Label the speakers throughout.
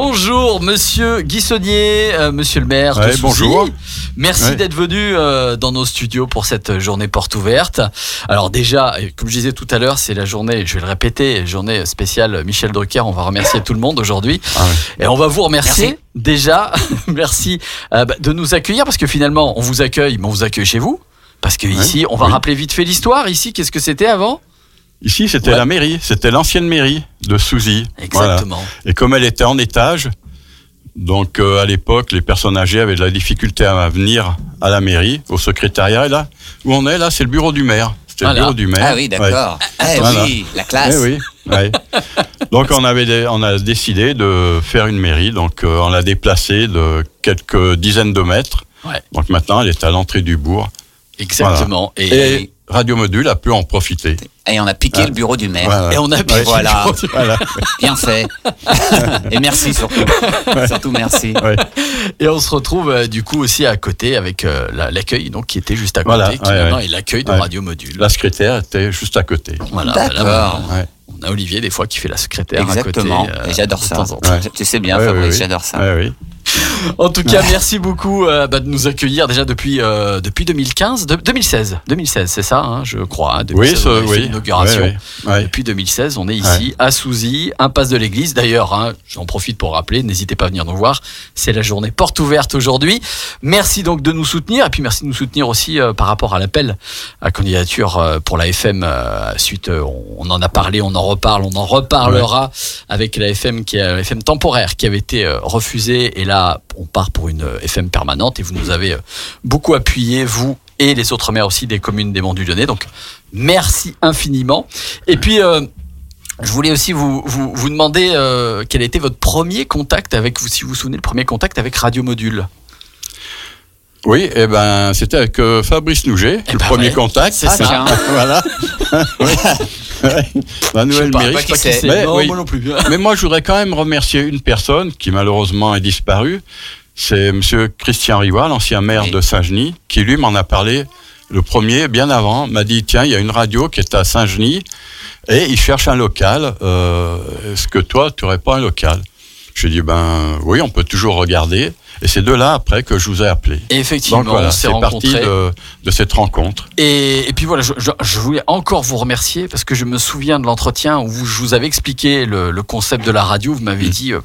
Speaker 1: Bonjour Monsieur Guissonnier, euh, Monsieur le maire.
Speaker 2: Ouais,
Speaker 1: de Soucy.
Speaker 2: bonjour.
Speaker 1: Merci
Speaker 2: Ouais.
Speaker 1: d'être venu euh, dans nos studios pour cette journée porte ouverte. Alors déjà, euh, comme je disais tout à l'heure, c'est la journée, je vais le répéter, journée spéciale Michel Drucker. On va remercier tout le monde aujourd'hui
Speaker 2: Ah
Speaker 1: et on va vous remercier déjà. merci euh, bah, de nous accueillir parce que finalement, on vous accueille, mais on vous accueille chez vous. Parce que ici, on va
Speaker 2: oui.
Speaker 1: rappeler vite fait l'histoire. Ici, qu'est-ce que c'était avant
Speaker 2: Ici, c'était
Speaker 1: Ouais.
Speaker 2: la mairie, c'était l'ancienne mairie de Souzy. Voilà.
Speaker 1: Exactement.
Speaker 2: Et comme elle était en étage, donc euh, à l'époque, les personnes âgées avaient de la difficulté à venir à la mairie, au secrétariat. Et là, où on est, là, c'est le bureau du maire. C'était
Speaker 1: Voilà.
Speaker 2: le bureau du maire.
Speaker 3: Ah oui,
Speaker 2: Hein? Ouais.
Speaker 3: d'accord. Eh
Speaker 2: Voilà.
Speaker 3: oui,
Speaker 2: Eh
Speaker 3: la
Speaker 1: Ah,
Speaker 3: classe.
Speaker 2: oui, ouais. Donc on avait, dé- on a décidé de faire une mairie. Donc euh, on l'a déplacée de quelques dizaines de mètres.
Speaker 1: Ouais.
Speaker 2: Donc maintenant, elle est à l'entrée du bourg.
Speaker 1: Exactement. Et,
Speaker 2: Et Radio Module a pu en profiter.
Speaker 3: Et Eh, on a piqué
Speaker 2: Ah.
Speaker 3: le bureau du maire.
Speaker 2: Voilà.
Speaker 1: et on a pu-
Speaker 2: Ouais.
Speaker 3: Voilà.
Speaker 2: Voilà.
Speaker 3: Bien fait. Et merci surtout. Surtout merci.
Speaker 2: Ouais.
Speaker 1: Et on se retrouve euh, du coup aussi à côté avec euh, la- l'accueil donc qui était juste à côté,
Speaker 2: Voilà,
Speaker 1: qui
Speaker 2: ouais,
Speaker 1: maintenant est l'accueil de
Speaker 2: Ouais.
Speaker 1: Radio Module.
Speaker 2: La secrétaire était juste à côté.
Speaker 1: Voilà,
Speaker 3: D'accord.
Speaker 1: voilà, on-
Speaker 2: Ah, Ouais.
Speaker 1: on a Olivier des fois qui fait la secrétaire
Speaker 3: Exactement.
Speaker 1: à côté. euh,
Speaker 3: Et j'adore
Speaker 1: de
Speaker 3: ça.
Speaker 1: temps en temps.
Speaker 2: Ouais.
Speaker 3: Tu sais bien,
Speaker 2: Ouais,
Speaker 3: Fabrice,
Speaker 2: ouais, ouais.
Speaker 3: j'adore ça.
Speaker 2: Ouais, oui.
Speaker 1: En tout cas, merci beaucoup euh, bah, de nous accueillir déjà depuis euh, depuis 2015, de- 2016, 2016, c'est ça, hein, je crois. hein, 2016,
Speaker 2: ce-
Speaker 1: on avait fait L'inauguration.
Speaker 2: Ouais, ouais. Ouais.
Speaker 1: Depuis 2016, on est ici à Souzy, impasse de l'église. D'ailleurs, hein, j'en profite pour rappeler, n'hésitez pas à venir nous voir. C'est la journée porte ouverte aujourd'hui. Merci donc de nous soutenir et puis merci de nous soutenir aussi euh, par rapport à l'appel à candidature euh, pour la FM. euh, suite, euh, on, on en a parlé, on en reparle, on en reparlera avec la FM qui est la FM temporaire qui avait été euh, refusée et là on part pour une euh, FM permanente et vous nous avez euh, beaucoup appuyé vous et les autres maires aussi des communes des Monts du Lyonnais donc merci infiniment et puis euh, je voulais aussi vous, vous, vous demander euh, quel était votre premier contact avec, vous si vous vous souvenez, le premier contact avec Radio Module.
Speaker 2: Oui, eh ben, c'était avec euh, Fabrice Nouget,
Speaker 1: Eh
Speaker 2: le
Speaker 1: ben
Speaker 2: premier
Speaker 1: ouais,
Speaker 2: contact.
Speaker 1: c'est ça.
Speaker 3: tiens.
Speaker 2: voilà. Ouais. Ouais. La nouvelle
Speaker 1: pas,
Speaker 2: mairie.
Speaker 3: pas qui c'est.
Speaker 2: Mais
Speaker 1: Non,
Speaker 2: oui.
Speaker 1: moi non plus.
Speaker 2: Mais moi, je voudrais quand même remercier une personne qui malheureusement est disparue. C'est Monsieur Christian Rival, ancien maire
Speaker 3: Oui.
Speaker 2: de Saint-Genis, qui lui m'en a parlé le premier, bien avant. M'a dit tiens, il y a une radio qui est à Saint-Genis et il cherche un local. Euh, Est-ce que toi, tu n'aurais pas un local J'ai dit ben oui, on peut toujours regarder. Et c'est de là après que je vous ai appelé.
Speaker 1: Et effectivement,
Speaker 2: Donc voilà,
Speaker 1: on s'est
Speaker 2: c'est parti
Speaker 1: rencontrés.
Speaker 2: de, de cette rencontre.
Speaker 1: Et, et puis voilà, je, je- je voulais encore vous remercier parce que je me souviens de l'entretien où vous- je vous avais expliqué le, le concept de la radio. Vous
Speaker 2: Mm.
Speaker 1: m'avez dit, euh,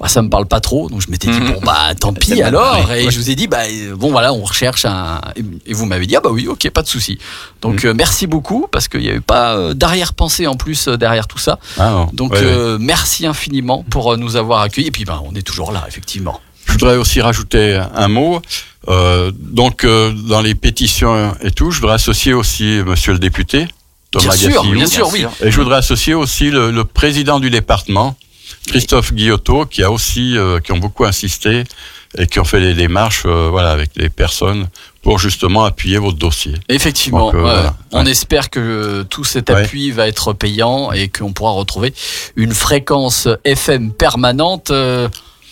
Speaker 1: bah, ça me parle pas trop. Donc je m'étais dit,
Speaker 3: Mhm.
Speaker 1: bon, bah tant pis
Speaker 3: mal
Speaker 1: alors.
Speaker 3: parlé,
Speaker 1: Et
Speaker 3: ouais.
Speaker 1: je vous ai dit, bah euh, bon, voilà, on recherche un. et- Et vous m'avez dit, ah bah oui, ok, pas de souci.
Speaker 2: Mm.
Speaker 1: Donc euh, merci beaucoup parce qu'il n'y a eu pas euh, d'arrière-pensée en plus euh, derrière tout ça.
Speaker 2: Ah non,
Speaker 1: Donc
Speaker 2: ouais, ouais.
Speaker 1: euh, merci infiniment pour euh, nous avoir accueillis. Et puis ben, on est toujours là, effectivement.
Speaker 2: Je voudrais aussi rajouter un mot. Euh, donc, euh, dans les pétitions et tout, je voudrais associer aussi Monsieur le député, Thomas
Speaker 1: bien sûr,
Speaker 2: Gassiou.
Speaker 1: bien sûr, oui.
Speaker 2: Et je voudrais associer aussi le, le président du département, Christophe Guillotot, qui a aussi, euh, qui ont beaucoup insisté et qui ont fait des démarches, euh, voilà, avec les personnes pour justement appuyer votre dossier.
Speaker 1: Effectivement,
Speaker 2: Donc, euh,
Speaker 1: ouais.
Speaker 2: voilà.
Speaker 1: on
Speaker 2: Ouais.
Speaker 1: espère que euh, tout cet
Speaker 2: Ouais.
Speaker 1: appui va être payant et qu'on pourra retrouver une fréquence FM permanente. euh,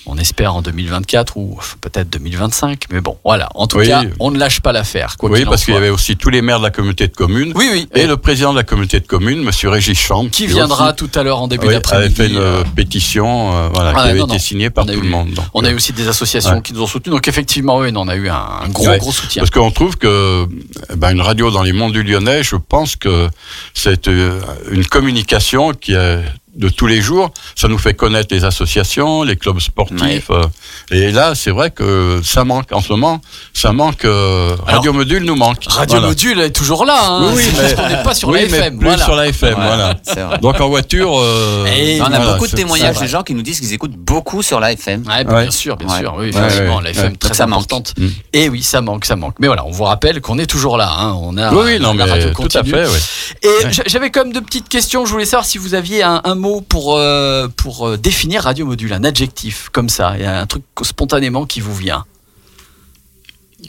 Speaker 1: on espère en 2024 ou peut-être 2025, mais bon, voilà. En tout
Speaker 2: Oui.
Speaker 1: cas, on ne lâche pas l'affaire. Quoi
Speaker 2: oui,
Speaker 1: qu'il en
Speaker 2: parce qu'il y
Speaker 1: soit.
Speaker 2: avait aussi tous les maires de la communauté de communes
Speaker 1: Oui, oui.
Speaker 2: et le président de la communauté de communes, Monsieur Régis Chambre,
Speaker 1: qui viendra
Speaker 2: aussi,
Speaker 1: tout à l'heure en début
Speaker 2: oui, avait
Speaker 1: d'après-midi.
Speaker 2: fait une
Speaker 1: euh,
Speaker 2: euh, pétition, euh, voilà,
Speaker 1: Ah,
Speaker 2: qui avait
Speaker 1: non,
Speaker 2: été
Speaker 1: non.
Speaker 2: signée par
Speaker 1: On a
Speaker 2: tout
Speaker 1: eu-
Speaker 2: le monde. Donc,
Speaker 1: on a
Speaker 2: euh,
Speaker 1: eu aussi des associations
Speaker 2: ouais.
Speaker 1: qui nous ont soutenus. Donc effectivement, oui, non, on a eu un, un gros,
Speaker 2: Ouais.
Speaker 1: gros soutien.
Speaker 2: Parce qu'on trouve que eh ben, une radio dans les monts du Lyonnais, je pense que c'est euh, une communication qui est de tous les jours. Ça nous fait connaître les associations, les clubs sportifs. euh, et là, c'est vrai que ça manque en ce moment. Ça manque. euh, radio Module nous manque.
Speaker 1: Radio
Speaker 2: Voilà.
Speaker 1: Module est toujours là. Hein.
Speaker 2: Oui, oui,
Speaker 1: C'est
Speaker 2: mais-
Speaker 1: juste qu'on n'est pas sur
Speaker 2: oui,
Speaker 1: la
Speaker 2: mais
Speaker 1: FM.
Speaker 2: plus
Speaker 1: voilà.
Speaker 2: sur la FM.
Speaker 3: Ouais,
Speaker 2: Voilà.
Speaker 3: c'est vrai.
Speaker 2: Donc en voiture. euh,
Speaker 1: Et
Speaker 3: On a
Speaker 2: voilà,
Speaker 3: beaucoup de
Speaker 2: c'est-
Speaker 3: témoignages
Speaker 1: c'est
Speaker 3: de gens qui nous disent qu'ils écoutent beaucoup sur la FM.
Speaker 1: Ouais, bah,
Speaker 2: Ouais.
Speaker 1: Bien sûr, bien
Speaker 3: Ouais.
Speaker 1: sûr. Oui,
Speaker 2: Ouais,
Speaker 1: effectivement,
Speaker 2: ouais,
Speaker 1: la FM
Speaker 2: ouais.
Speaker 1: très
Speaker 3: Donc ça manque.
Speaker 1: importante.
Speaker 2: Mm.
Speaker 1: Et oui, ça manque, ça manque. Mais voilà, on vous rappelle qu'on est toujours là. hein. On a
Speaker 2: Oui, oui, non,
Speaker 1: la
Speaker 2: mais
Speaker 1: radio
Speaker 2: tout à
Speaker 1: continue.
Speaker 2: fait. oui.
Speaker 1: Et j'a- j'avais quand même deux petites questions. Je voulais savoir si vous aviez un, un mot pour, euh, pour euh, définir Radio Module, un adjectif comme ça, il y a un truc spontanément qui vous vient.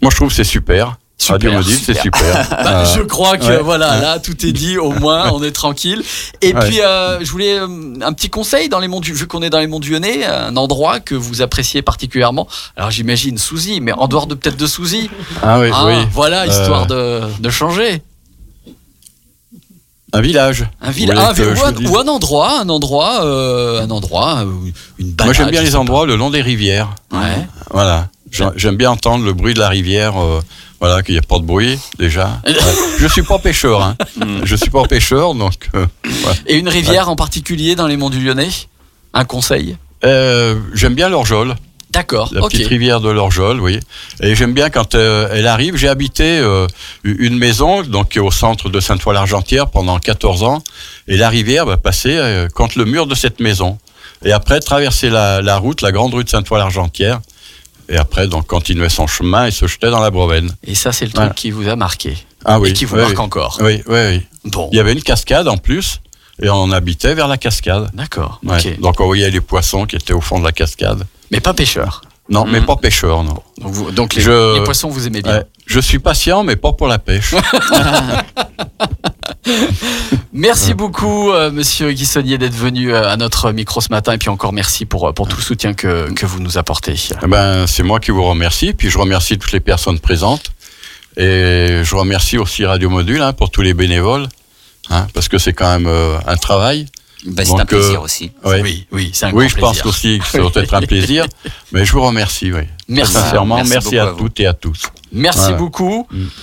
Speaker 2: Moi, je trouve que c'est super.
Speaker 1: Super,
Speaker 2: radio Module, c'est super.
Speaker 1: Bah,
Speaker 2: Euh,
Speaker 1: je crois que
Speaker 2: ouais.
Speaker 1: voilà, là tout est dit, au moins on est tranquille. Et
Speaker 2: Ouais.
Speaker 1: puis euh, je voulais euh, un petit conseil dans les monts du vu qu'on est dans les monts du Lyonnais, un endroit que vous appréciez particulièrement. Alors j'imagine Souzy, mais en dehors de peut-être de Souzy.
Speaker 2: Ah oui,
Speaker 1: Ah,
Speaker 2: oui.
Speaker 1: Voilà,
Speaker 2: Euh,
Speaker 1: histoire de, de changer.
Speaker 2: Un village.
Speaker 1: Un
Speaker 2: Vous
Speaker 1: village
Speaker 2: voulez
Speaker 1: ah,
Speaker 2: que je
Speaker 1: ou, un,
Speaker 2: dise
Speaker 1: ou un endroit, un endroit, euh, un endroit, euh, une balade.
Speaker 2: Moi, j'aime bien
Speaker 1: je
Speaker 2: les
Speaker 1: sais
Speaker 2: endroits le long des rivières.
Speaker 1: pas. Ouais.
Speaker 2: Voilà. J'a- J'aime bien entendre le bruit de la rivière. euh, voilà, qu'il n'y a pas de bruit, déjà. Ouais. Je suis pas pêcheur, hein.
Speaker 1: Hmm.
Speaker 2: Je suis pas pêcheur, donc. euh,
Speaker 1: Et une rivière en particulier dans les monts du Lyonnais Un conseil
Speaker 2: euh, j'aime bien l'Orgeol,
Speaker 1: D'accord,
Speaker 2: la
Speaker 1: ok.
Speaker 2: petite rivière de l'Orgeol, oui. Et j'aime bien quand euh, elle arrive. J'ai habité euh, une maison, donc qui est au centre de Sainte-Foy-l'Argentière pendant 14 ans. Et la rivière va passer euh, contre le mur de cette maison. Et après, traverser la, la route, la grande rue de Sainte-Foy-l'Argentière. Et après, donc, continuer son chemin et se jeter dans la Brevenne.
Speaker 1: Et ça, c'est le truc
Speaker 2: Voilà.
Speaker 1: qui vous a marqué.
Speaker 2: Ah
Speaker 1: et qui vous
Speaker 2: oui,
Speaker 1: marque
Speaker 2: oui.
Speaker 1: encore.
Speaker 2: Oui, oui, oui.
Speaker 1: Bon,
Speaker 2: Il y avait une cascade en plus, et on habitait vers la cascade.
Speaker 1: d'accord.
Speaker 2: Ouais.
Speaker 1: ok.
Speaker 2: Donc on voyait les poissons qui étaient au fond de la cascade.
Speaker 1: Mais pas pêcheur.
Speaker 2: Non, mais
Speaker 1: Mm.
Speaker 3: Mhm.
Speaker 2: pas pêcheur, non.
Speaker 1: Donc, vous- donc les,
Speaker 2: Je-
Speaker 1: les poissons, vous aimez Eh bien.
Speaker 2: Ouais. Je suis patient, mais pas pour la pêche.
Speaker 1: Merci beaucoup, euh, monsieur Guissonnier, d'être venu euh, à notre micro ce matin. Et puis encore merci pour, euh, pour tout le soutien que, que vous nous apportez.
Speaker 2: Eh ben, c'est moi qui vous remercie, puis je remercie toutes les personnes présentes. Et je remercie aussi Radio Module hein, pour tous les bénévoles, hein, parce que c'est quand même euh, un travail.
Speaker 3: Bah, c'est un
Speaker 2: Donc, euh,
Speaker 3: plaisir aussi.
Speaker 2: Ouais.
Speaker 1: Oui, oui, c'est un
Speaker 2: Oui,
Speaker 1: grand
Speaker 2: je
Speaker 1: plaisir.
Speaker 2: pense aussi que ça doit être un plaisir, mais je vous remercie, oui.
Speaker 1: Merci,
Speaker 2: Sincèrement,
Speaker 3: Merci
Speaker 2: merci, à
Speaker 3: beaucoup à vous.
Speaker 2: toutes et à tous.
Speaker 1: merci
Speaker 2: Voilà.
Speaker 1: beaucoup.
Speaker 2: Mm.